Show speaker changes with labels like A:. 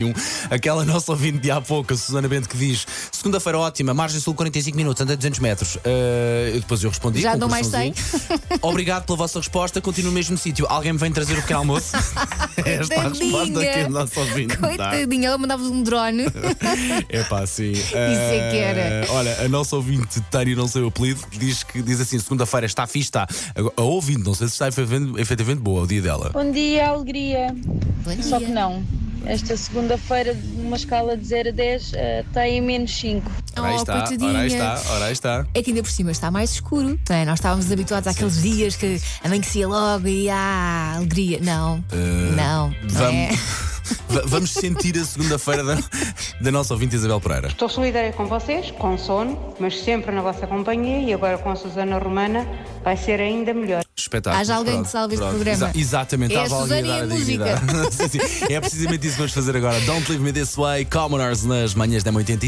A: Um, Aquela nossa ouvinte de há pouco, a Susana Bento, que diz: segunda-feira ótima, margem sul 45 minutos, anda 200 metros. Uh, eu depois eu respondi.
B: Já
A: com um
B: dou mais
A: coraçãozinho. Obrigado pela vossa resposta, continuo no mesmo sítio. Alguém me vem trazer o pequeno almoço? Esta é a resposta
B: Coitadinha.
A: que a nossa ouvinte dá.
B: Coitadinha, ela mandava-vos um drone.
A: É pá, sim. Isso
B: é que era.
A: Olha, a nossa ouvinte, Tânia, não sei o apelido, diz, que, diz assim: segunda-feira está fixe, está. Agora, A ouvinte, não sei se está efetivamente, efetivamente boa, o dia dela.
C: Bom dia, alegria.
B: Bom dia.
C: Só que não. Esta segunda-feira, numa escala de 0 a 10, eh, tem menos 5.
B: Oh,
A: Ora aí está, ora
B: coitadinha.
A: aí está, ora aí está.
B: É que ainda por cima está mais escuro. Não é? Nós estávamos habituados àqueles dias que amanhecia logo e ah, alegria. Não, não, não é?
A: Eh, Vamos, va- vamos sentir a segunda-feira da, da nossa ouvinte Isabel Pereira.
D: Estou solidária com vocês, com sono, mas sempre na vossa companhia e agora com a Susana Romana vai ser ainda melhor.
A: Espetáculo.
B: Haja alguém que salve este programa.
A: Exa- exatamente,
B: É a
A: haja alguém
B: Susana e
A: dar
B: a
A: a dignidade. Sim, sim. É precisamente isso que vamos fazer agora. Don't leave me this way, Commoners nas manhãs da 85.